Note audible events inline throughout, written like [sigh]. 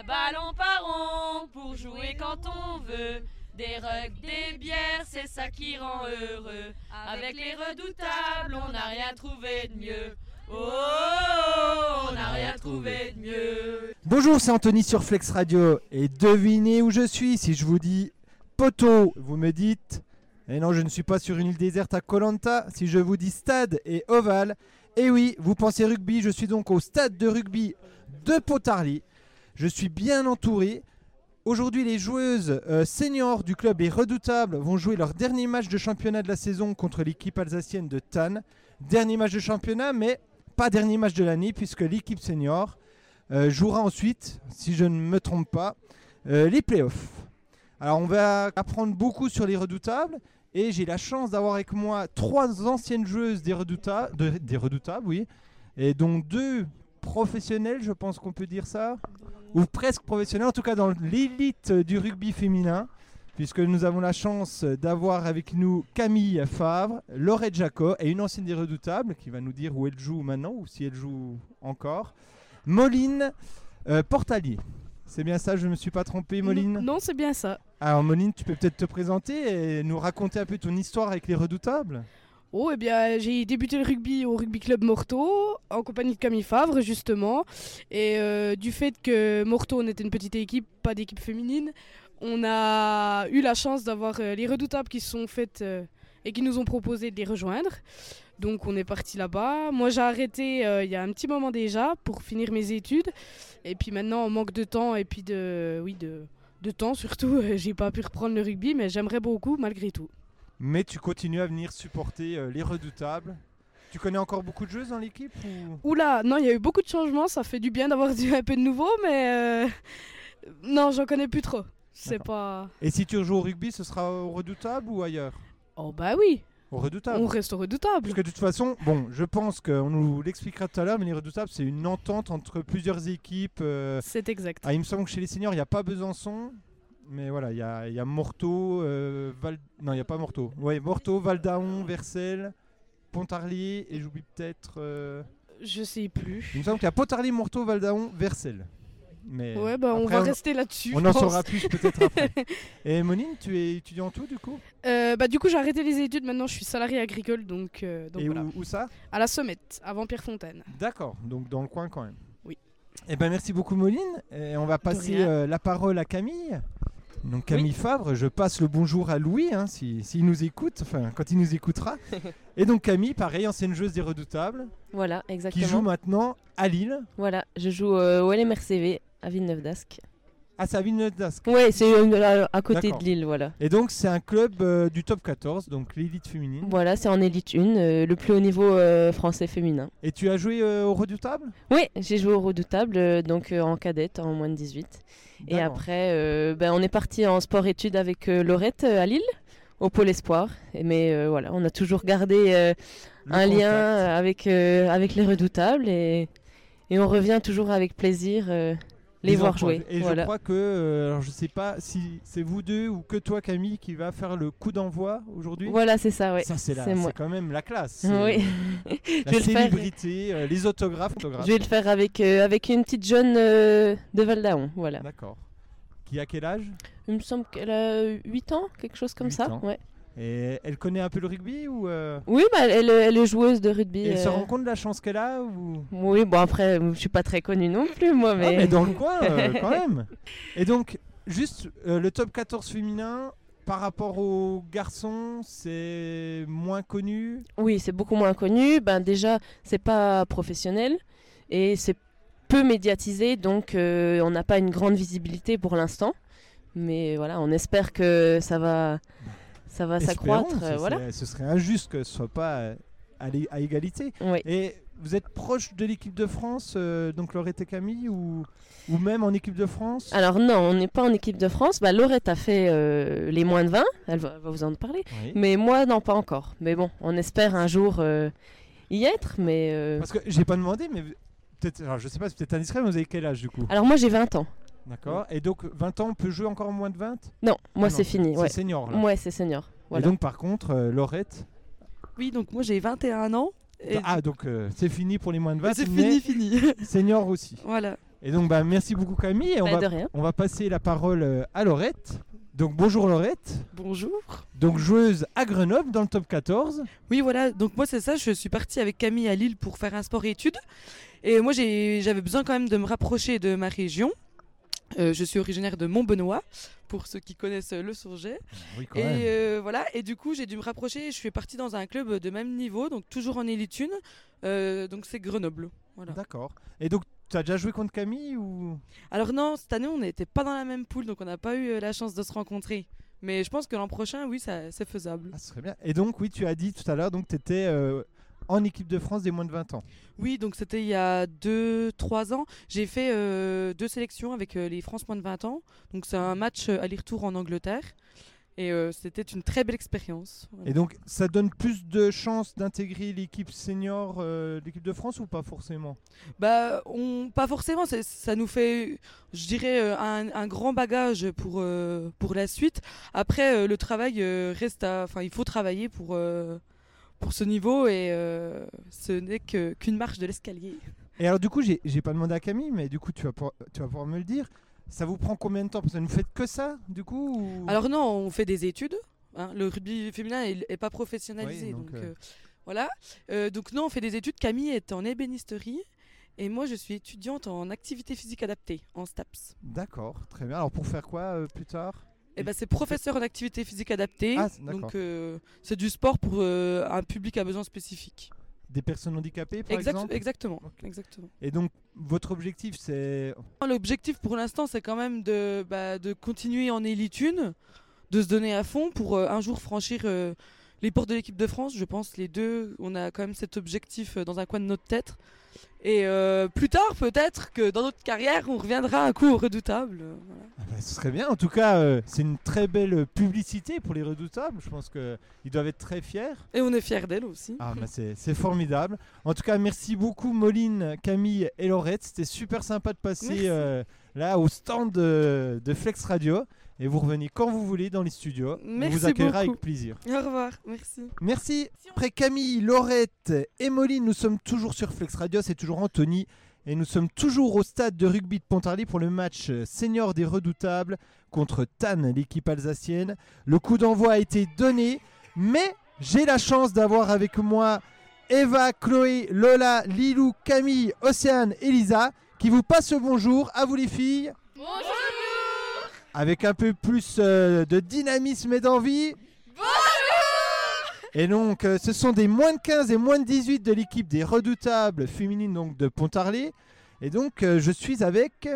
un ballon par rond pour jouer quand on veut. Des rugs, des bières, c'est ça qui rend heureux. Avec les redoutables, on n'a rien trouvé de mieux. Oh, oh, oh, on n'a rien trouvé de mieux. Bonjour, c'est Anthony sur Flex Radio. Et devinez où je suis si je vous dis poteau, vous me dites. Et non, je ne suis pas sur une île déserte à Colanta. Si je vous dis stade et ovale, et oui, vous pensez rugby, je suis donc au stade de rugby de Potarly. Je suis bien entouré. Aujourd'hui, les joueuses euh, seniors du club et redoutables vont jouer leur dernier match de championnat de la saison contre l'équipe alsacienne de Tannes. Dernier match de championnat, mais pas dernier match de l'année, puisque l'équipe senior euh, jouera ensuite, si je ne me trompe pas, euh, les playoffs. Alors, on va apprendre beaucoup sur les redoutables. Et j'ai la chance d'avoir avec moi trois anciennes joueuses des, Redouta- de- des redoutables, oui. Et donc deux professionnelles, je pense qu'on peut dire ça ou presque professionnel, en tout cas dans l'élite du rugby féminin, puisque nous avons la chance d'avoir avec nous Camille Favre, Laurette Jacot et une ancienne des Redoutables qui va nous dire où elle joue maintenant ou si elle joue encore, Moline euh, Portalier. C'est bien ça, je ne me suis pas trompé, Moline Non, c'est bien ça. Alors, Moline, tu peux peut-être te présenter et nous raconter un peu ton histoire avec les Redoutables Oh, eh bien, j'ai débuté le rugby au Rugby Club Morteau, en compagnie de Camille Favre, justement. Et euh, du fait que Morteau, on était une petite équipe, pas d'équipe féminine, on a eu la chance d'avoir euh, les redoutables qui se sont faites euh, et qui nous ont proposé de les rejoindre. Donc, on est parti là-bas. Moi, j'ai arrêté euh, il y a un petit moment déjà pour finir mes études. Et puis maintenant, on manque de temps et puis de. Oui, de. De temps surtout, [laughs] j'ai pas pu reprendre le rugby, mais j'aimerais beaucoup malgré tout. Mais tu continues à venir supporter euh, les Redoutables. Tu connais encore beaucoup de joueuses dans l'équipe ou- Oula, non, il y a eu beaucoup de changements, ça fait du bien d'avoir du [laughs] un peu de nouveau, mais euh, non, j'en connais plus trop. C'est pas. Et si tu rejoues au rugby, ce sera au redoutable ou ailleurs Oh bah oui, Au redoutable. on reste redoutable. Parce que de toute façon, bon, je pense qu'on nous l'expliquera tout à l'heure, mais les redoutables, c'est une entente entre plusieurs équipes. euh, C'est exact. Ah, il me semble que chez les seniors, il n'y a pas Besançon, mais voilà, il y a, il y a Morteau, euh, Val... Non, il n'y a pas Morteau. Ouais, Morteau, Valdaon, Versel, Pontarlier, et j'oublie peut-être... euh, Je Il sais me plus. semble qu'il y a Pontarlier, Morteau, Valdaon, Versel. Mais Ouais, bah on après, va rester là-dessus. On je en pense. saura plus peut-être après. Et Monine, tu es étudiant en tout du coup Euh, bah du coup, j'ai arrêté les études, maintenant je suis salarié agricole, donc, euh, donc Et voilà. où- où ça À la Sommette, avant Pierrefontaine. D'accord, donc dans le coin quand même. Oui. Eh ben merci beaucoup Moline. Et on va passer rien. euh, la parole à Camille. Donc Camille Favre, je passe le bonjour à Louis, hein, si- s'il nous écoute, enfin quand il nous écoutera. Et donc Camille, pareil, ancienne joueuse des Redoutables, [laughs] Voilà, qui joue exactement. maintenant à Lille, Voilà, je joue euh, au LMRCV à Villeneuve d'Ascq. Ah, à Savine d'Ascq. Ouais, c'est euh, là, à côté D'accord. de Lille, voilà. Et donc c'est un club euh, du top 14, donc l'élite féminine. Voilà, c'est en élite 1, euh, le plus haut niveau euh, français féminin. Et tu as joué euh, aux Redoutables Oui, j'ai joué au redoutable, euh, donc euh, en cadette, en moins de 18. Et D'accord. après, euh, ben, on est parti en sport-études avec euh, Laurette euh, à Lille, au Pôle Espoir. Et- Mais euh, voilà, on a toujours gardé euh, Le un lien contact. euh, avec, euh, avec les redoutables et, et on revient toujours avec plaisir euh, les voir encourage. jouer. Et je voilà. crois que, euh, alors je sais pas si c'est vous deux ou que toi Camille qui va faire le coup d'envoi aujourd'hui. Voilà, c'est ça, ouais. Ça c'est la- c'est moi. c'est quand même la classe. C'est [laughs] Oui. La Je vais le faire. célébrité, euh, les autographes. autographes. Je vais le faire avec, euh, avec une petite jeune euh, de Valdaon, voilà. D'accord. Qui a quel âge Il me semble qu'elle a 8 ans, quelque chose comme Huit ça. ans. ouais. Et elle connaît un peu le rugby ou euh, Oui, bah, elle, elle est joueuse de rugby. et elle se euh, rend compte de la chance qu'elle a ou Oui, bon après, je suis pas très connue non plus, moi, Ah, mais... mais [laughs] dans le coin euh, quand même. Et donc juste euh, le top 14 féminin par rapport aux garçons, c'est moins connu. Oui, c'est beaucoup moins connu. Ben déjà, c'est pas professionnel et c'est peu médiatisé, donc euh, on n'a pas une grande visibilité pour l'instant. Mais voilà, on espère que ça va, ça va Espérons, s'accroître. euh, ce voilà. serait- Ce serait injuste que ce soit pas euh, à l'é- à égalité. Oui. Et vous êtes proche de l'équipe de France, euh, donc Laurette et Camille, ou, ou même en équipe de France Alors non, on n'est pas en équipe de France. Bah, Laurette a fait euh, les moins de 20, elle va, va vous en parler. Mais moi, non, pas encore. Mais bon, on espère un jour euh, y être. Mais euh, Parce que j'ai pas demandé, mais vous- peut-être, alors je sais pas, c'est peut-être indiscret, mais vous avez quel âge du coup alors moi, j'ai 20 ans. D'accord Et donc 20 ans, on peut jouer encore moins de 20 Non, moi, Ah non, c'est fini. C'est Ouais. senior là. Ouais, c'est senior. Voilà. Et donc par contre, euh, Laurette. Oui, donc moi j'ai 21 ans. Et Ah, donc euh, Ah, c'est fini pour les moins de 20, c'est mais fini, [laughs] fini. senior aussi. voilà. Et donc, bah, merci beaucoup Camille. Et on, Bah, de va, rien. on va passer la parole euh, à Laurette. Donc, bonjour Laurette. Bonjour. Donc, joueuse à Grenoble dans le top 14. Oui, voilà. Donc moi, c'est ça. Je suis partie avec Camille à Lille pour faire un sport et études. Et moi, j'ai- j'avais besoin quand même de me rapprocher de ma région. Euh, je suis originaire de Montbenoît, pour ceux qui connaissent euh, le Sourget. Ah, Oui, quand Et même. euh, voilà, et du coup j'ai dû me rapprocher, je suis partie dans un club de même niveau, donc toujours en élite une, euh, donc c'est Grenoble. Voilà. D'accord. Et donc, tu as déjà joué contre Camille ou Alors non, cette année on n'était pas dans la même poule, donc on n'a pas eu euh, la chance de se rencontrer. Mais je pense que l'an prochain, oui, ça- c'est faisable. Ah, ce serait bien. Et donc, oui, tu as dit tout à l'heure, donc tu étais euh, en équipe de France des moins de 20 ans. Oui, donc c'était il y a 2-3 ans, j'ai fait euh, deux sélections avec euh, les France moins de 20 ans, donc c'est un match euh, aller-retour en Angleterre, et euh, c'était une très belle expérience. Voilà. Et donc, ça donne plus de chances d'intégrer l'équipe senior, euh, l'équipe de France ou pas forcément Bah, on, pas forcément. c'est- Ça nous fait, je dirais, euh, un, un grand bagage pour, euh, pour la suite. Après, euh, le travail euh, reste à. Enfin, il faut travailler pour, euh, pour ce niveau et euh, ce n'est que- qu'une marche de l'escalier. Et alors, du coup, j'ai j'ai pas demandé à Camille, mais du coup, tu vas, pouvoir, tu vas pouvoir me le dire. Ça vous prend combien de temps Parce que vous faites que ça, du coup ou- Alors, non, on fait des études. hein. Le rugby féminin n'est pas professionnalisé. Oui, donc, donc, euh. euh, voilà. Euh, donc, non, on fait des études. Camille est en ébénisterie et moi, je suis étudiante en activité physique adaptée, en STAPS. D'accord, très bien. Alors, pour faire quoi euh, plus tard Eh ben, c'est professeur en activité physique adaptée. Ah, c'est- d'accord. donc euh, c'est du sport pour euh, un public à besoin spécifique. Des personnes handicapées, par Exact- exemple Exactement. Ok. exactement. Et donc, votre objectif, c'est. L'objectif pour l'instant, c'est quand même de, bah, de continuer en élite une, de se donner à fond pour euh, un jour franchir euh, les portes de l'équipe de France. Je pense les deux, on a quand même cet objectif euh, dans un coin de notre tête. Et euh, plus tard, peut-être que dans notre carrière, on reviendra un coup au redoutable. euh, voilà. Ah bah, ce serait bien. En tout cas, euh, c'est une très belle publicité pour les redoutables. Je pense qu'ils doivent être très fiers. Et on est fiers d'elle aussi. Ah, bah, c'est c'est formidable. En tout cas, merci beaucoup Moline, Camille et Laurette. C'était super sympa de passer Merci. euh, là au stand de, de Flex Radio. Et vous revenez quand vous voulez dans les studios. on vous Merci accueillera beaucoup. avec plaisir. Au revoir, merci. Merci. Après Camille, Laurette et Moline, nous sommes toujours sur Flex Radio, c'est toujours Anthony. Et nous sommes toujours au stade de rugby de Pontarlier pour le match senior des redoutables contre Tannes, l'équipe alsacienne. Le coup d'envoi a été donné, mais j'ai la chance d'avoir avec moi Eva, Chloé, Lola, Lilou, Camille, Océane et Lisa qui vous passent le bonjour. À vous les filles, Bonjour avec un peu plus euh, de dynamisme et d'envie. Et donc, euh, ce sont des moins de 15 et moins de 18 de l'équipe des redoutables féminines donc de Pontarlier. Et donc, euh, je suis avec.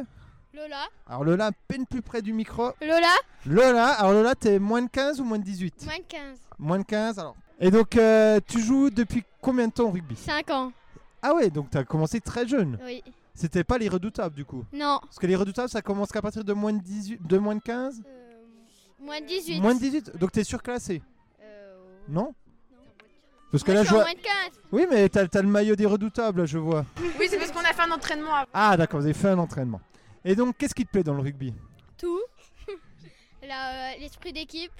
Lola. Alors, Lola, à peine plus près du micro. Lola, Lola, alors Lola, t'es moins de 15 ou moins de 18 moins de 15. Moins de 15, alors. Et donc, euh, tu joues depuis combien de temps au rugby 5 ans. Ah ouais, donc t'as commencé très jeune. Oui. C'était pas les redoutables du coup. Non. Parce que les redoutables, ça commence qu'à partir de moins de 18, de moins de 15 moins de 18. Moins de 18 Donc, t'es surclassé Euh, Non Parce que là, Moi, je je suis en vois. moins de 15. Oui, mais t'as t'as le maillot des redoutables, là, je vois. Oui, c'est parce qu'on a fait un entraînement avant. Ah d'accord, vous avez fait un entraînement. Et donc, qu'est-ce qui te plaît dans le rugby Tout. [laughs] Là, euh, L'esprit d'équipe.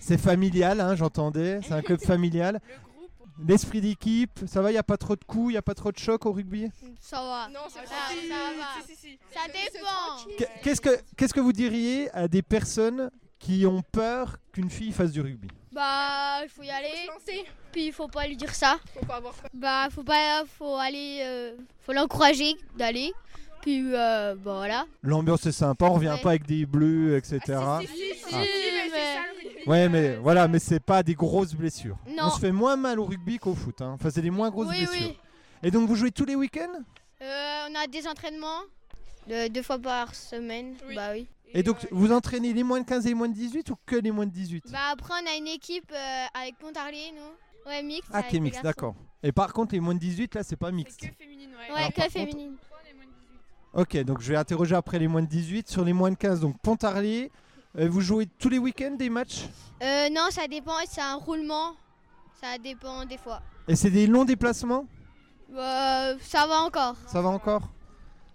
C'est familial, hein, j'entendais, c'est un club familial. [laughs] Le groupe. L'esprit d'équipe, ça va, il n'y a pas trop de coups, il n'y a pas trop de chocs au rugby Ça va. Non, c'est Ah, pas ça va. Si, si, si. Ça dépend. Qu- Qu'est-ce que, qu'est-ce que vous diriez à des personnes qui ont peur qu'une fille fasse du rugby Bah, il faut y Faut aller. se lancer. Puis il faut pas lui dire ça. Faut pas avoir peur. Bah, faut pas, faut aller, euh, faut l'encourager d'aller. Puis euh, bah voilà. L'ambiance est sympa, on revient Ouais. pas avec des bleus, etc. si, si, si, Ah. mais mais- c'est ça, le rugby. Ouais, mais voilà, mais c'est pas des grosses blessures. Non. On se fait moins mal au rugby qu'au foot, hein. enfin c'est des moins grosses oui, blessures. oui. Et donc vous jouez tous les week-ends Euh, on a des entraînements de deux fois par semaine. Oui. Bah oui. Et donc vous entraînez les moins de 15 et les moins de 18 ou que les moins de 18 Bah après on a une équipe euh, avec Pontarlier, nous. Ouais, mixte. Ah, avec qui est des mixte, garçons. d'accord. Et par contre, les moins de 18, là, c'est pas C'est mixte. que féminine, ouais. Ouais, Alors, que par féminine. Ok, donc je vais interroger après les moins de 18. Sur les moins de 15, donc Pontarlier, euh, vous jouez tous les week-ends des matchs Euh, non, ça dépend, c'est un roulement. Ça dépend des fois. Et c'est des longs déplacements Euh, ça va encore. Ça va encore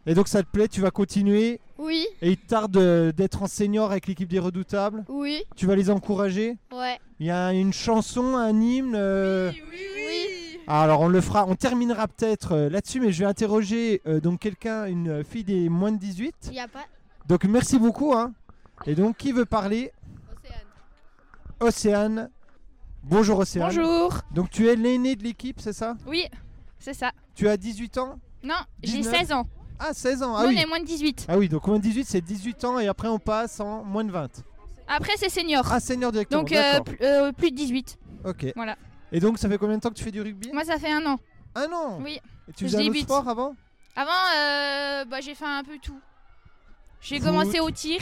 Et donc ça te plaît, tu vas continuer Oui, Et il te tarde euh, d'être en senior avec l'équipe des redoutables oui, Tu vas les encourager ouais. Il y a une chanson, un hymne euh, Ah, Oui, oui, oui. Alors on le fera, on terminera peut-être euh, là-dessus, mais je vais interroger euh, donc quelqu'un, une euh, fille des moins de 18. Il n'y a pas. Donc merci beaucoup. hein. Et donc qui veut parler Océane. Bonjour Océane. Bonjour. Donc tu es l'aînée de l'équipe, c'est ça Oui, c'est ça. Tu as 18 ans Non, j'ai 19. 16 ans. Ah 16 ans, ah Nous, on oui. est moins de 18. Ah oui, donc moins de 18 c'est 18 ans et après on passe en moins de 20. Après, c'est senior. Ah senior directement, Donc, euh, d'accord. pl- euh, plus de 18. Ok. voilà. Et donc ça fait combien de temps que tu fais du rugby Moi, ça fait un an. Un an Oui. Et tu je faisais un autre débute. sport avant Avant, euh, bah, j'ai fait un peu tout. J'ai Foot. commencé au tir.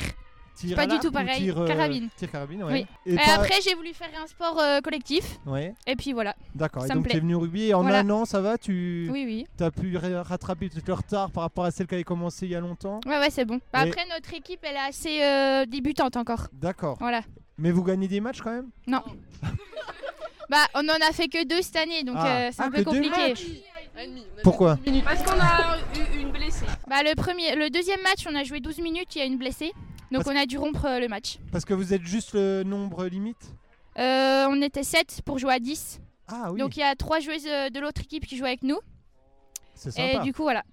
Tir pas à du l'arc tout ou pareil, tir, euh, carabine. Tir carabine, ouais. Oui. Et Et, t'as- après, j'ai voulu faire un sport euh, collectif. Ouais. Et puis voilà. D'accord, et Ça me donc tu es plaît. venu au rugby et en Voilà. un an, ça va Tu Oui, oui. as pu ra- rattraper tout le retard par rapport à celle qui avait commencé il y a longtemps Ouais, ouais, c'est bon. Bah, Et- Après, notre équipe, elle est assez euh, débutante encore. D'accord. Voilà. Mais vous gagnez des matchs quand même Bah, on en a fait que deux cette année, donc Ah. euh, c'est Ah, un peu que deux compliqué. Pourquoi Parce qu'on a eu une blessée. Bah, le, premier, le deuxième match, on a joué 12 minutes, il y a une blessée. Donc Parce- on a dû rompre euh, le match. Parce que vous êtes juste le nombre limite Euh, on était 7 pour jouer à 10. Ah oui, Donc il y a trois joueuses euh, de l'autre équipe qui jouent avec nous. c'est Et sympa. du coup, voilà.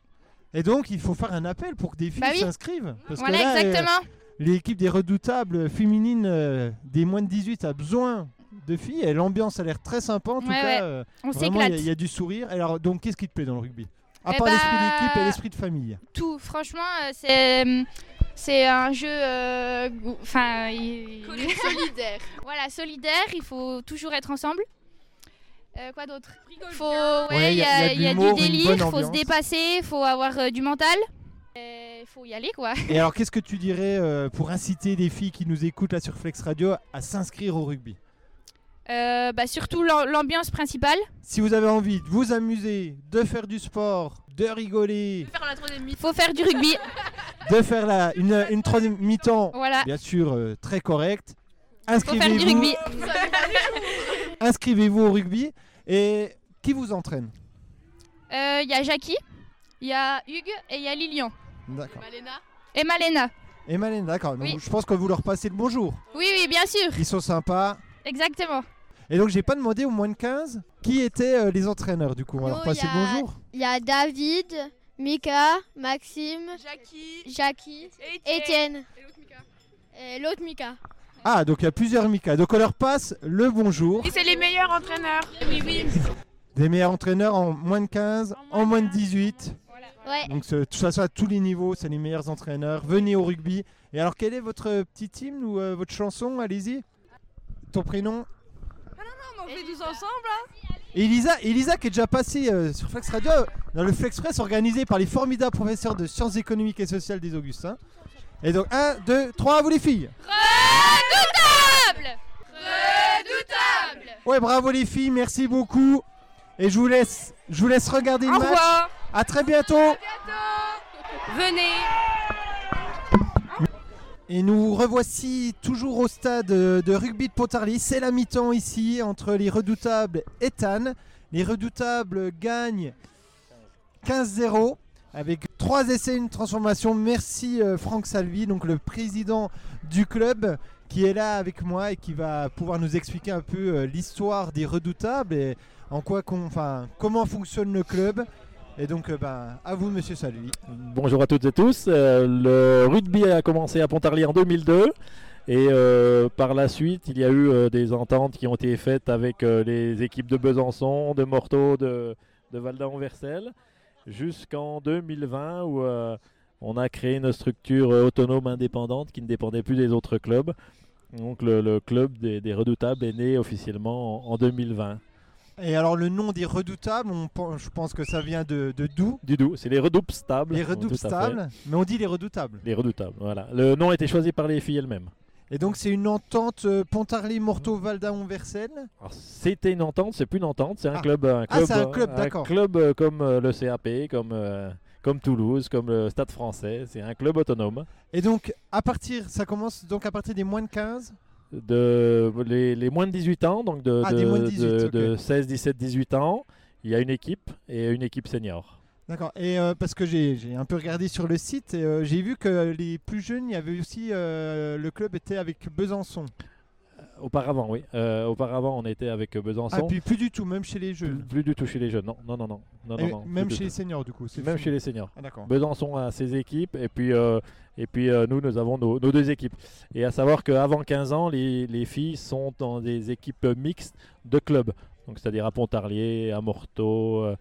Et donc il faut faire un appel pour que des filles Bah oui. s'inscrivent. Parce Voilà, que là, euh, exactement. l'équipe des redoutables féminines euh, des moins de 18 a besoin de filles et l'ambiance a l'air très sympa en tout Ouais, cas. ouais. euh, On vraiment, il y a- s'éclate. il y, a du sourire. Alors donc qu'est-ce qui te plaît dans le rugby À Eh part bah, l'esprit d'équipe et l'esprit de famille. Tout, franchement, euh, c'est. euh, C'est un jeu, euh, gou- enfin, il- Solidaire. [laughs] voilà, solidaire. Il faut toujours être ensemble. Euh, quoi d'autre Faut, Ouais, ouais, il y a, il y a l'humour, du une délire. bonne Faut se ambiance. dépasser. Faut avoir euh, du mental. Il faut y aller, quoi. [laughs] Et alors, qu'est-ce que tu dirais euh, pour inciter des filles qui nous écoutent là sur Flex Radio à s'inscrire au rugby Euh, bah, surtout l'am- l'ambiance principale. Si vous avez envie de vous amuser, de faire du sport, de rigoler, Faire la troisième mi Il faut faire du rugby. de faire la, une, une troisième mi-temps, Voilà. bien sûr, euh, très correcte, Faut faire du inscrivez-vous rugby. inscrivez au rugby. Et qui vous entraîne Il Euh, y a Jackie, il y a Hugues et il y a Lilian. D'accord. Malena. Et Malena. Et Malène, d'accord. Donc, Oui. Je pense que vous leur passez le bonjour. Oui, oui, bien sûr. Ils sont sympas. Exactement. Et donc, j'ai pas demandé aux moins de 15 qui étaient euh, les entraîneurs, du coup. On va Nous, Oh, leur passer Oh, il y le a- bonjour. Il y a David, Mika, Maxime, Jackie. Jackie, Étienne Et l'autre Mika. et l'autre Mika. Ah, donc il y a plusieurs Mika. Donc, on leur passe le bonjour. Et c'est les meilleurs entraîneurs. Des meilleurs entraîneurs en moins de 15, en moins de 18. Ouais. Donc ce- tout ça, ça à tous les niveaux, c'est les meilleurs entraîneurs. Venez au rugby. Et alors quel est votre euh, petit team ou euh, votre chanson Allez-y. Ton prénom Ah On fait tous ensemble. hein. Elisa, Elisa qui est déjà passée euh, sur Flex Radio euh, dans le Flex Press organisé par les formidables professeurs de sciences économiques et sociales des Augustins. Et donc 1, 2, 3, à vous les filles Redoutable. Ouais bravo les filles, merci beaucoup. Et je vous laisse, je vous laisse regarder le Au match. revoir. À très bientôt Venez. Et nous revoici toujours au stade euh, de rugby de Pontarlier. C'est la mi-temps ici entre les redoutables et Tannes. Les redoutables gagnent 15-0 avec trois essais, une transformation. Merci euh, Franck Salvi, donc le président du club qui est là avec moi et qui va pouvoir nous expliquer un peu euh, l'histoire des redoutables et en quoi qu'on, enfin, comment fonctionne le club. Et donc euh, ben, à vous monsieur Salvi. Bonjour à toutes et tous. Euh, le rugby a commencé à Pontarlier en 2002 et euh, par la suite, il y a eu euh, des ententes qui ont été faites avec euh, les équipes de Besançon, de Morteau, de, de Valda-Anversel jusqu'en 2020 où euh, on a créé une structure euh, autonome indépendante qui ne dépendait plus des autres clubs. Donc le, le club des, des redoutables est né officiellement en, en 2020. Et alors le nom des redoutables, on pen- je pense que ça vient de, de d'où Du doux, c'est les redoubles stables. Les Tout à fait. redoutables, mais on dit les redoutables. Les redoutables, voilà. Le nom a été choisi par les filles elles-mêmes. Et donc c'est une entente euh, Pontarlier-Morteau-Valda-Onversel. Alors, C'était une entente, c'est plus une entente, c'est un Ah. club, un club, Ah, c'est un club, d'accord. club, euh, comme euh, le CAP, comme euh, comme Toulouse, comme le Stade Français, c'est un club autonome. Et donc à partir, ça commence donc à partir des moins de 15. De les, les moins de 18 ans, donc de, Ah, de, des moins de 18, de- de ok. 16, 17, 18 ans, il y a une équipe et une équipe senior. D'accord. Et euh, parce que j'ai, j'ai un peu regardé sur le site, et, euh, j'ai vu que les plus jeunes, il y avait aussi euh, le club était avec Besançon. Auparavant, oui. Euh, auparavant, on était avec euh, Besançon. Ah, puis plus du tout, même chez les jeunes. Plus du tout chez les jeunes, non, non, non, non, non, Et non, non, même plus chez du les tout. seniors, du coup. c'est Même fini. chez les seniors. Ah, d'accord. Besançon a ses équipes et puis, euh, et puis euh, nous, nous avons nos, nos deux équipes. Et à savoir qu'avant 15 ans, les, les filles sont dans des équipes mixtes de clubs. Donc c'est-à-dire à Pontarlier, à Morteau, euh,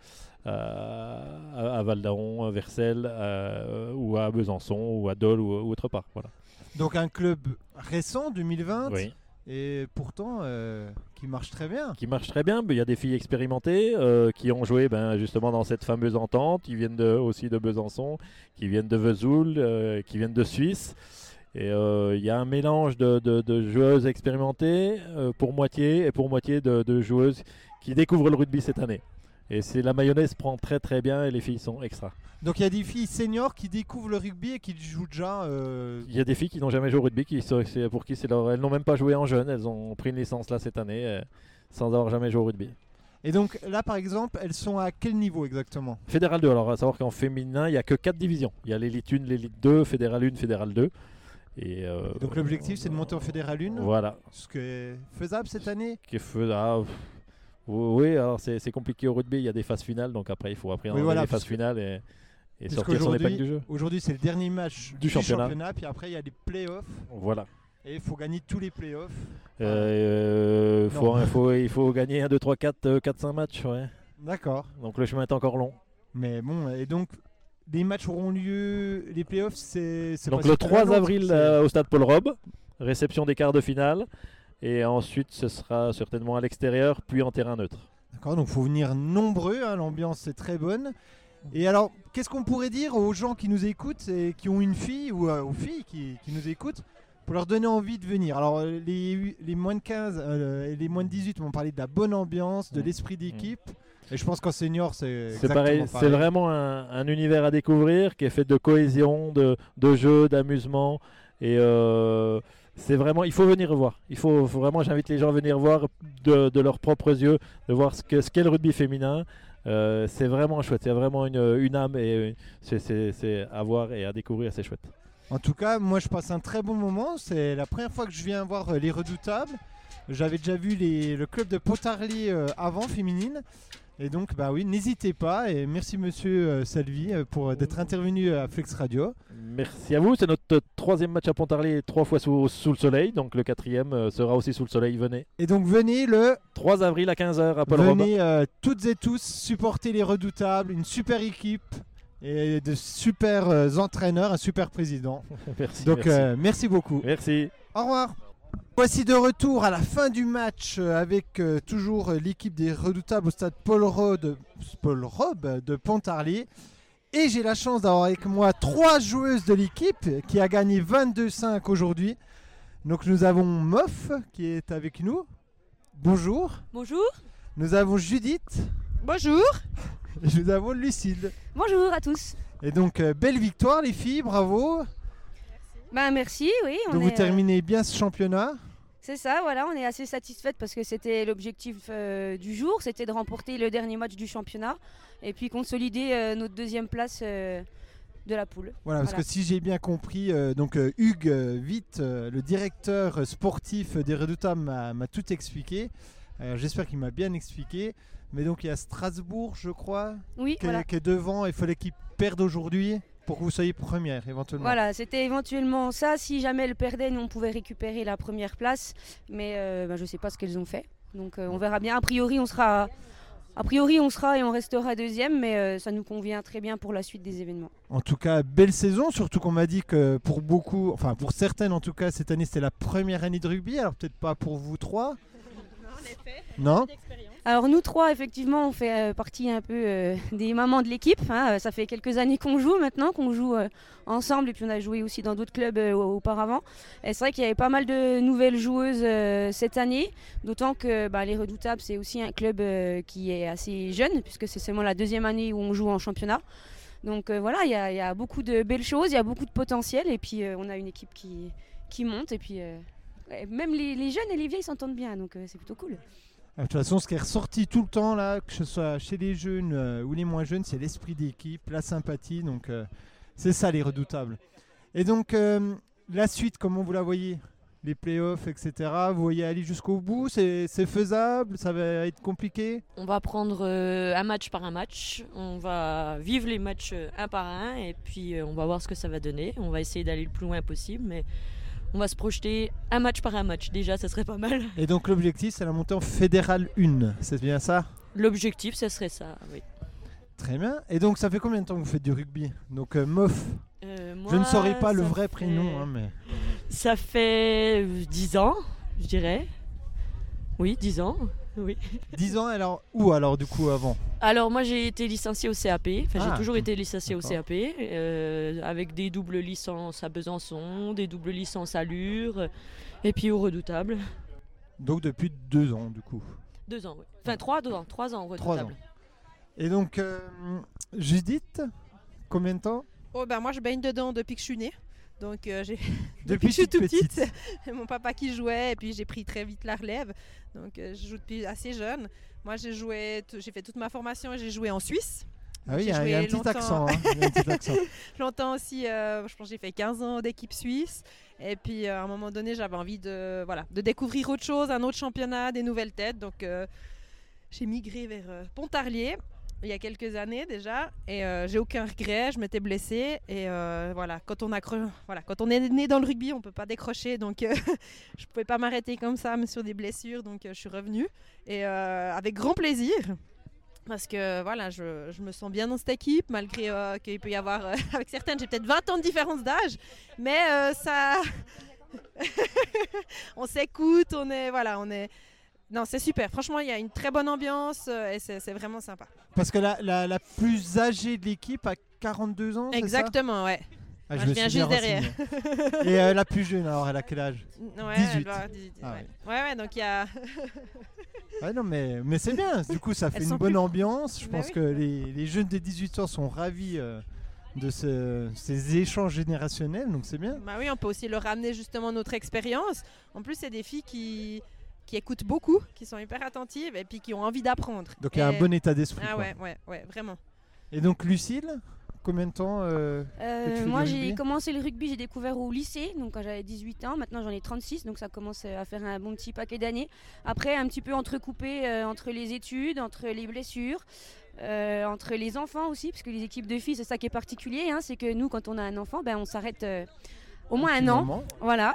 à, à Val d'Aron, à Vercelles, euh, ou à Besançon, ou à Dole, ou, ou autre part. Voilà. Donc un club récent, 2020, Oui. et pourtant euh, qui marche très bien. qui marche très bien. mais Il y a des filles expérimentées euh, qui ont joué ben, justement dans cette fameuse entente, qui viennent de- aussi de Besançon, qui viennent de Vesoul, euh, qui viennent de Suisse. Et euh, il y a un mélange de, de- de joueuses expérimentées euh, pour moitié et pour moitié de, de joueuses qui découvrent le rugby cette année. Et c'est la mayonnaise prend très très bien et les filles sont extra. Donc il y a des filles seniors qui découvrent le rugby et qui jouent déjà. euh, Il y a des filles qui n'ont jamais joué au rugby, qui sont- c'est- pour qui c'est leur- elles n'ont même pas joué en jeune, elles ont pris une licence là cette année euh, sans avoir jamais joué au rugby. Et donc là, par exemple, elles sont à quel niveau exactement Fédéral 2, alors à savoir qu'en féminin, il n'y a que 4 divisions. Il y a l'élite 1, l'élite 2, Fédéral 1, Fédéral 2. Et euh, Donc l'objectif, c'est de monter en fédéral 1, Voilà. ce qui est faisable cette année. Qui est fais- ah, pff. oui, alors c'est c'est compliqué au rugby, il y a des phases finales, donc après il faut apprendre Oui, voilà, les phases puisque- finales et, et Parce sortir son qu'aujourd'hui- épingle du jeu. Aujourd'hui, c'est le dernier match Du championnat. puis après, il y a les playoffs, Voilà. et il faut gagner tous les playoffs. Euh, Non. faut- faut- il faut gagner 1, 2, 3, 4, euh, 4, 5 matchs. ouais. D'accord. Donc le chemin est encore long. Mais bon, et donc, les matchs auront lieu, les playoffs, c'est. c'est Donc pas le sur terrain 3 neutre, avril c'est- euh, au stade Paul Robe, réception des quarts de finale. Et ensuite, ce sera certainement à l'extérieur, puis en terrain neutre. D'accord, donc faut venir nombreux, hein, l'ambiance est très bonne. Et alors, qu'est-ce qu'on pourrait dire aux gens qui nous écoutent et qui ont une fille ou euh, aux filles qui, qui nous écoutent pour leur donner envie de venir Alors, euh, les, les moins de 15 euh, et les moins de 18 m'ont parlé de la bonne ambiance, de Mm. l'esprit d'équipe. Et je pense qu'en senior, c'est C'est exactement pareil, c'est vraiment un, un univers à découvrir qui est fait de cohésion, de, de jeu, d'amusement. Et euh, c'est vraiment, il faut venir voir. Il faut, faut vraiment, j'invite les gens à venir voir de, de leurs propres yeux, de voir ce que- ce qu'est le rugby féminin. Euh, c'est vraiment chouette, c'est vraiment une, une âme et une- c'est- c'est c'est à voir et à découvrir, c'est chouette. En tout cas, moi, je passe un très bon moment. C'est la première fois que je viens voir euh, les Redoutables. J'avais déjà vu les- le club de Potarlier euh, avant, féminine. Et donc, bah oui, n'hésitez pas. Et merci, monsieur euh, Salvi, euh, pour euh, d'être intervenu à Flex Radio. Merci à vous. C'est notre troisième match à Pontarlier, trois fois sous, sous le soleil. Donc le quatrième euh, sera aussi sous le soleil. Venez. Et donc, venez le 3 avril à 15h à Paul Robin. Venez euh, toutes et tous supporter les Redoutables, une super équipe et de super euh, entraîneurs, un super président. [laughs] Merci. Donc, merci. euh, merci beaucoup. merci. Au revoir. Voici de retour à la fin du match euh, avec euh, toujours euh, l'équipe des redoutables au stade Paul Rode- Paul Robe de Pontarlier. Et j'ai la chance d'avoir avec moi trois joueuses de l'équipe qui a gagné 22-5 aujourd'hui. Donc nous avons Moff qui est avec nous. Bonjour. Bonjour. Nous avons Judith. Bonjour. Et nous avons Lucille. Bonjour à tous. Et donc euh, belle victoire les filles, bravo. Ben merci, oui. On Donc est, vous euh, terminez bien ce championnat. C'est ça, voilà, on est assez satisfaite parce que c'était l'objectif euh, du jour, c'était de remporter le dernier match du championnat et puis consolider euh, notre deuxième place euh, de la poule. Voilà, parce que si j'ai bien compris, euh, donc euh, Hugues euh, Witt, euh, le directeur euh, sportif des Redoutables, m'a m'a tout expliqué. Euh, J'espère qu'il m'a bien expliqué. Mais donc il y a Strasbourg, je crois, Oui, qui, est- voilà. qui est devant. Il fallait qu'ils perdent aujourd'hui pour que vous soyez première éventuellement. Voilà, c'était éventuellement ça. Si jamais elles perdaient, nous on pouvait récupérer la première place, mais euh, ben, je ne sais pas ce qu'elles ont fait. Donc euh, on verra bien. A priori, on sera, a priori, on sera et on restera deuxième, mais euh, ça nous convient très bien pour la suite des événements. En tout cas, belle saison, surtout qu'on m'a dit que pour beaucoup, enfin pour certaines en tout cas, cette année c'était la première année de rugby. Alors peut-être pas pour vous trois. Non, Alors nous trois, effectivement, on fait euh, partie un peu euh, des mamans de l'équipe. hein. Euh, Ça fait quelques années qu'on joue maintenant, qu'on joue euh, ensemble, et puis on a joué aussi dans d'autres clubs euh, au- auparavant. Et c'est vrai qu'il y avait pas mal de nouvelles joueuses euh, cette année, d'autant que bah, les Redoutables, c'est aussi un club euh, qui est assez jeune, puisque c'est seulement la deuxième année où on joue en championnat. Donc euh, voilà, il y, a- il y a beaucoup de belles choses, il y a beaucoup de potentiel, et puis euh, on a une équipe qui, qui monte, et puis euh, ouais, même les, les jeunes et les vieilles s'entendent bien, donc euh, c'est plutôt cool. Ah, De toute façon, ce qui est ressorti tout le temps, là, que ce soit chez les jeunes euh, ou les moins jeunes, c'est l'esprit d'équipe, la sympathie. Donc, euh, c'est ça les redoutables. Et donc, euh, la suite, comment vous la voyez les playoffs, etc. Vous voyez aller jusqu'au bout C'est c'est faisable Ça va être compliqué On va prendre euh, un match par un match. On va vivre les matchs euh, un par un et puis euh, on va voir ce que ça va donner. On va essayer d'aller le plus loin possible, mais on va se projeter un match par un match. Déjà, ça serait pas mal. [laughs] Et donc l'objectif, c'est la montée en fédérale 1. C'est bien ça L'objectif, ce serait ça, oui. Très bien. Et donc ça fait combien de temps que vous faites du rugby Donc euh, Moff. Euh, Je ne moi, saurais pas le ça vrai fait- prénom, hein, mais Ça fait euh, 10 ans, je dirais. Oui, 10 ans. Oui. 10 ans alors où alors du coup avant Alors moi j'ai été licenciée au CAP, enfin Ah. j'ai toujours été licenciée au D'accord. CAP, euh, avec des doubles licences à Besançon, des doubles licences à Lure, euh, et puis au Redoutable. Donc depuis 2 ans du coup. Deux ans, oui. Enfin trois, deux ans, trois ans au Trois Redoutable. Et donc euh, Judith, combien de temps Oh ben moi je baigne dedans depuis que je suis née. Donc euh, j'ai [laughs] Depuis que je suis toute tout petite, petite. mon papa qui jouait et puis j'ai pris très vite la relève. Donc euh, je joue depuis assez jeune. Moi j'ai joué tout- j'ai fait toute ma formation et j'ai joué en Suisse. Ah oui, il y J'ai a- il y a un joué petit longtemps- accent, hein, il y a un [laughs] petit accent. longtemps aussi euh, je pense que j'ai fait 15 ans d'équipe suisse et puis euh, à un moment donné j'avais envie de voilà, de découvrir autre chose, un autre championnat, des nouvelles têtes. Donc euh, j'ai migré vers euh, Pontarlier il y a quelques années déjà et euh, j'ai aucun regret, je m'étais blessée et euh, voilà, quand on accro- voilà, quand on est né dans le rugby, on peut pas décrocher donc euh, [laughs] je pouvais pas m'arrêter comme ça mais sur des blessures donc euh, je suis revenue et euh, avec grand plaisir parce que voilà, je, je me sens bien dans cette équipe, malgré euh, qu'il peut y avoir, euh, [laughs] avec certaines, j'ai peut-être 20 ans de différence d'âge, mais euh, ça, [laughs] on s'écoute, on est, voilà, on est, non, c'est super. Franchement, il y a une très bonne ambiance euh, et c'est c'est vraiment sympa. Parce que la, la- la plus âgée de l'équipe a 42 ans, c'est ça Exactement, ouais. Ah, Moi, je me viens suis bien juste derrière. renseigné. [laughs] Et euh, la plus jeune, alors elle a quel âge Ouais, elle 18. doit avoir 18, Ah ouais. ouais, ouais, donc il y a. [laughs] Ouais, non, mais, mais c'est bien. Du coup, ça Elles fait une sont bonne plus- ambiance. Je Bah pense oui. que les, les jeunes des 18 ans sont ravis euh, de ce- ces échanges générationnels, donc c'est bien. Bah oui, on peut aussi leur ramener justement notre expérience. En plus, c'est des filles qui, qui écoutent beaucoup, qui sont hyper attentives et puis qui ont envie d'apprendre. Donc, il y a un Et- bon état d'esprit, Ah quoi. ouais, ouais, ouais, vraiment. Et donc, Lucille, combien de temps euh, que Euh, tu fais moi, du j'ai rugby commencé le rugby, j'ai découvert au lycée, donc quand j'avais 18 ans. Maintenant, j'en ai 36, donc ça commence euh, à faire un bon petit paquet d'années. Après, un petit peu entrecoupé euh, entre les études, entre les blessures, euh, entre les enfants aussi, parce que les équipes de filles, c'est ça qui est particulier, hein, c'est que nous, quand on a un enfant, ben, on s'arrête euh, au moins petit un an. moment. Voilà.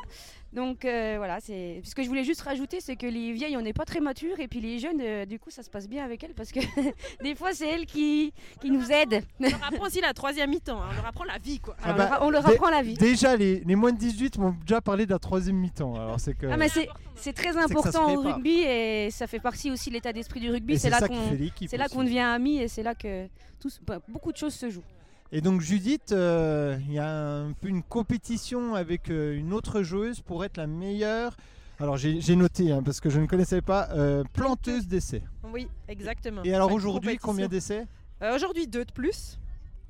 Donc euh, voilà, c'est. Ce que je voulais juste rajouter, c'est que les vieilles, on n'est pas très matures, et puis les jeunes, euh, du coup, ça se passe bien avec elles, parce que [laughs] des fois, c'est elles qui, qui nous aident. On leur apprend aussi la troisième mi-temps, hein, on leur apprend la vie quoi. Ah bah, dé- Déjà, les, les moins de 18 m'ont déjà parlé de la troisième mi-temps. Alors, c'est que. Ah, mais c'est- c'est très Euh, que ça se important fait au pas. rugby et ça fait partie aussi de l'état d'esprit du Et rugby. c'est C'est là ça qui qu'on fait l'équipe c'est là aussi. qu'on devient amis et c'est là que tout se- bah, beaucoup de choses se jouent. Et donc Judith, euh, il y a un peu une compétition avec euh, une autre joueuse pour être la meilleure. Alors j'ai j'ai noté hein, parce que je ne connaissais pas euh, planteuse d'essai. Oui, exactement. Et alors Chaque aujourd'hui, compétition. combien d'essais Euh, Aujourd'hui deux de plus.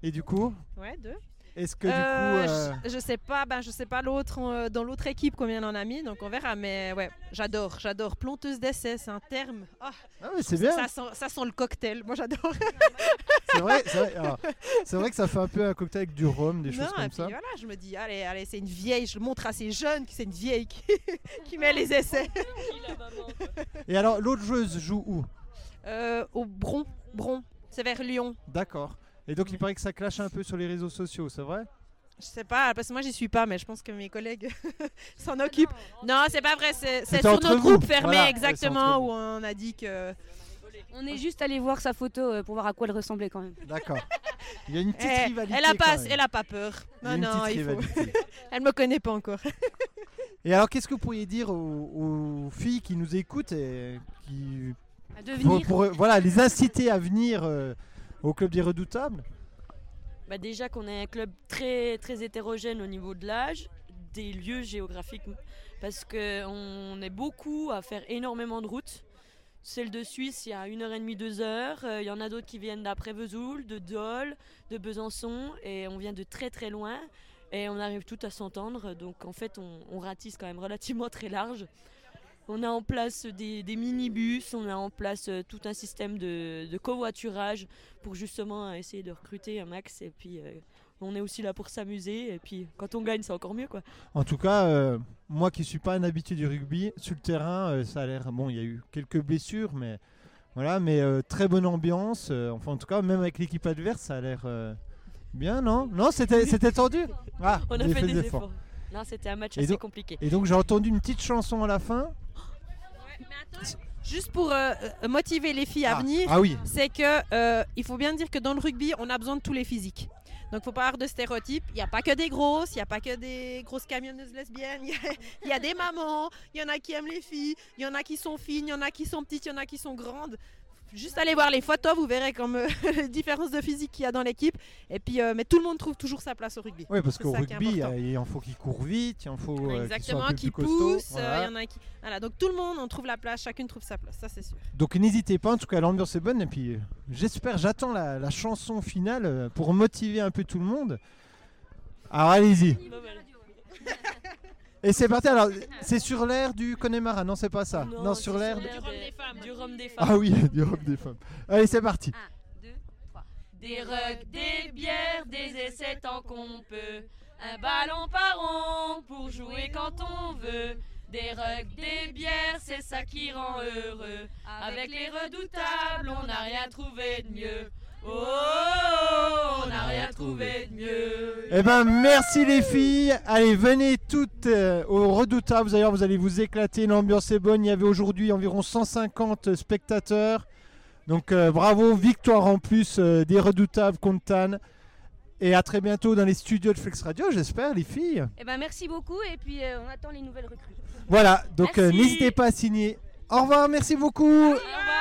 Et du coup, Ouais, deux. est-ce que Euh, du coup, euh, je, je sais pas, ben je sais pas l'autre euh, dans l'autre équipe combien on en a mis, donc on verra. Mais ouais, j'adore, j'adore. Planteuse d'essai, c'est un terme. Ah, mais c'est ça- bien. Ça sent, ça sent le cocktail. Moi j'adore. c'est vrai, c'est vrai, alors, c'est vrai que ça fait un peu un cocktail avec du rhum, des [laughs] non, choses et comme puis ça. voilà, je me dis, allez, allez, c'est une vieille. Je le montre à ces jeunes que c'est une vieille qui, [laughs] qui met les essais. Et alors l'autre joueuse joue où Euh, au Bron, Bron, c'est vers Lyon. D'accord. Et donc Mm. il paraît que ça clash un peu sur les réseaux sociaux, c'est vrai Je sais pas, parce que moi j'y suis pas, mais je pense que mes collègues [laughs] s'en occupent. Non, c'est pas vrai, c'est c'est C'était sur entre notre vous, groupe fermé voilà, c'est exactement entre où on a dit que. [laughs] Euh, On est juste allé voir sa photo euh, pour voir à quoi elle ressemblait quand même. D'accord. Il y a une petite Eh, rivalité. elle a pas, quand même. elle a pas peur. Il y a Non, une non, petite il faut. [laughs] rivalité. elle me connaît pas encore. Et alors, qu'est-ce que vous pourriez dire aux, aux filles qui nous écoutent et qui À pour, pour, euh, voilà les inciter à venir euh, au club des redoutables Bah, déjà qu'on est un club très, très hétérogène au niveau de l'âge, des lieux géographiques, parce qu'on est beaucoup à faire énormément de routes. Celle de Suisse, il y a une heure et demie, deux heures. Euh, Il y en a d'autres qui viennent d'après Vesoul, de Dole, de Besançon, et on vient de très très loin. Et on arrive toutes à s'entendre, donc en fait on, on ratisse quand même relativement très large. On a en place des, des minibus, on a en place euh, tout un système de, de covoiturage pour justement euh, essayer de recruter un max et puis euh, On est aussi là pour s'amuser et puis quand on gagne, c'est encore mieux quoi. En tout cas, euh, moi qui suis pas un habitué du rugby, sur le terrain, euh, ça a l'air. Bon, il y a eu quelques blessures, mais voilà, mais euh, très bonne ambiance. euh, enfin, en tout cas, même avec l'équipe adverse, ça a l'air euh, bien, non Non, c'était c'était tendu. Ah, On a j'ai fait fait des l'effort. efforts. Non, c'était un match Et assez donc- compliqué. Et donc j'ai entendu une petite chanson à la fin. Juste pour euh, euh, motiver les filles à Ah, venir, ah oui. c'est que euh, il faut bien dire que dans le rugby, on a besoin de tous les physiques. Donc, faut pas avoir de stéréotypes. Il n'y a pas que des grosses, il n'y a pas que des grosses camionneuses lesbiennes. [laughs] Il y a- il y, a des mamans, il y en a qui aiment les filles, il y en a qui sont fines, il y en a qui sont petites, il y en a qui sont grandes. Juste allez voir les photos, vous verrez comme euh, [laughs] les différences de physique qu'il y a dans l'équipe. Et puis, euh, mais tout le monde trouve toujours sa place au rugby. Oui, parce C'est qu'au ça qui est rugby, important. euh, il en faut qu'ils courent vite, il en faut euh, qu'ils soient Exactement, un peu qui plus costauds, poussent, euh, il voilà. y en a qui. Voilà, donc tout le monde, on trouve la place, chacune trouve sa place, ça c'est sûr. Donc n'hésitez pas, en tout cas l'ambiance est bonne et puis euh, j'espère, j'attends la, la chanson finale euh, pour motiver un peu tout le monde. Alors allez-y. Et c'est parti, alors c'est sur l'air du Connemara, non c'est pas ça. Non, sur l'air. Du rhum des femmes. Du rhum des femmes. Ah oui, [laughs] du robe des femmes. Allez c'est parti. Des rugs, des bières, des essais tant qu'on peut. Un ballon par an pour jouer quand on veut. Des rugs, des bières, c'est ça qui rend heureux. Avec les redoutables, on n'a rien trouvé de mieux. Oh, on n'a rien trouvé de mieux. Eh ben merci les filles. Allez, venez toutes euh, au redoutable. D'ailleurs, vous allez vous éclater. L'ambiance est bonne. Il y avait aujourd'hui environ 150 spectateurs. Donc euh, bravo, victoire en plus euh, des redoutables contre Tannes. Et à très bientôt dans les studios de Flex Radio, j'espère les filles. Eh ben, merci beaucoup et puis euh, on attend les nouvelles recrues. Voilà, donc euh, Merci. n'hésitez pas à signer. Au revoir, merci beaucoup. revoir.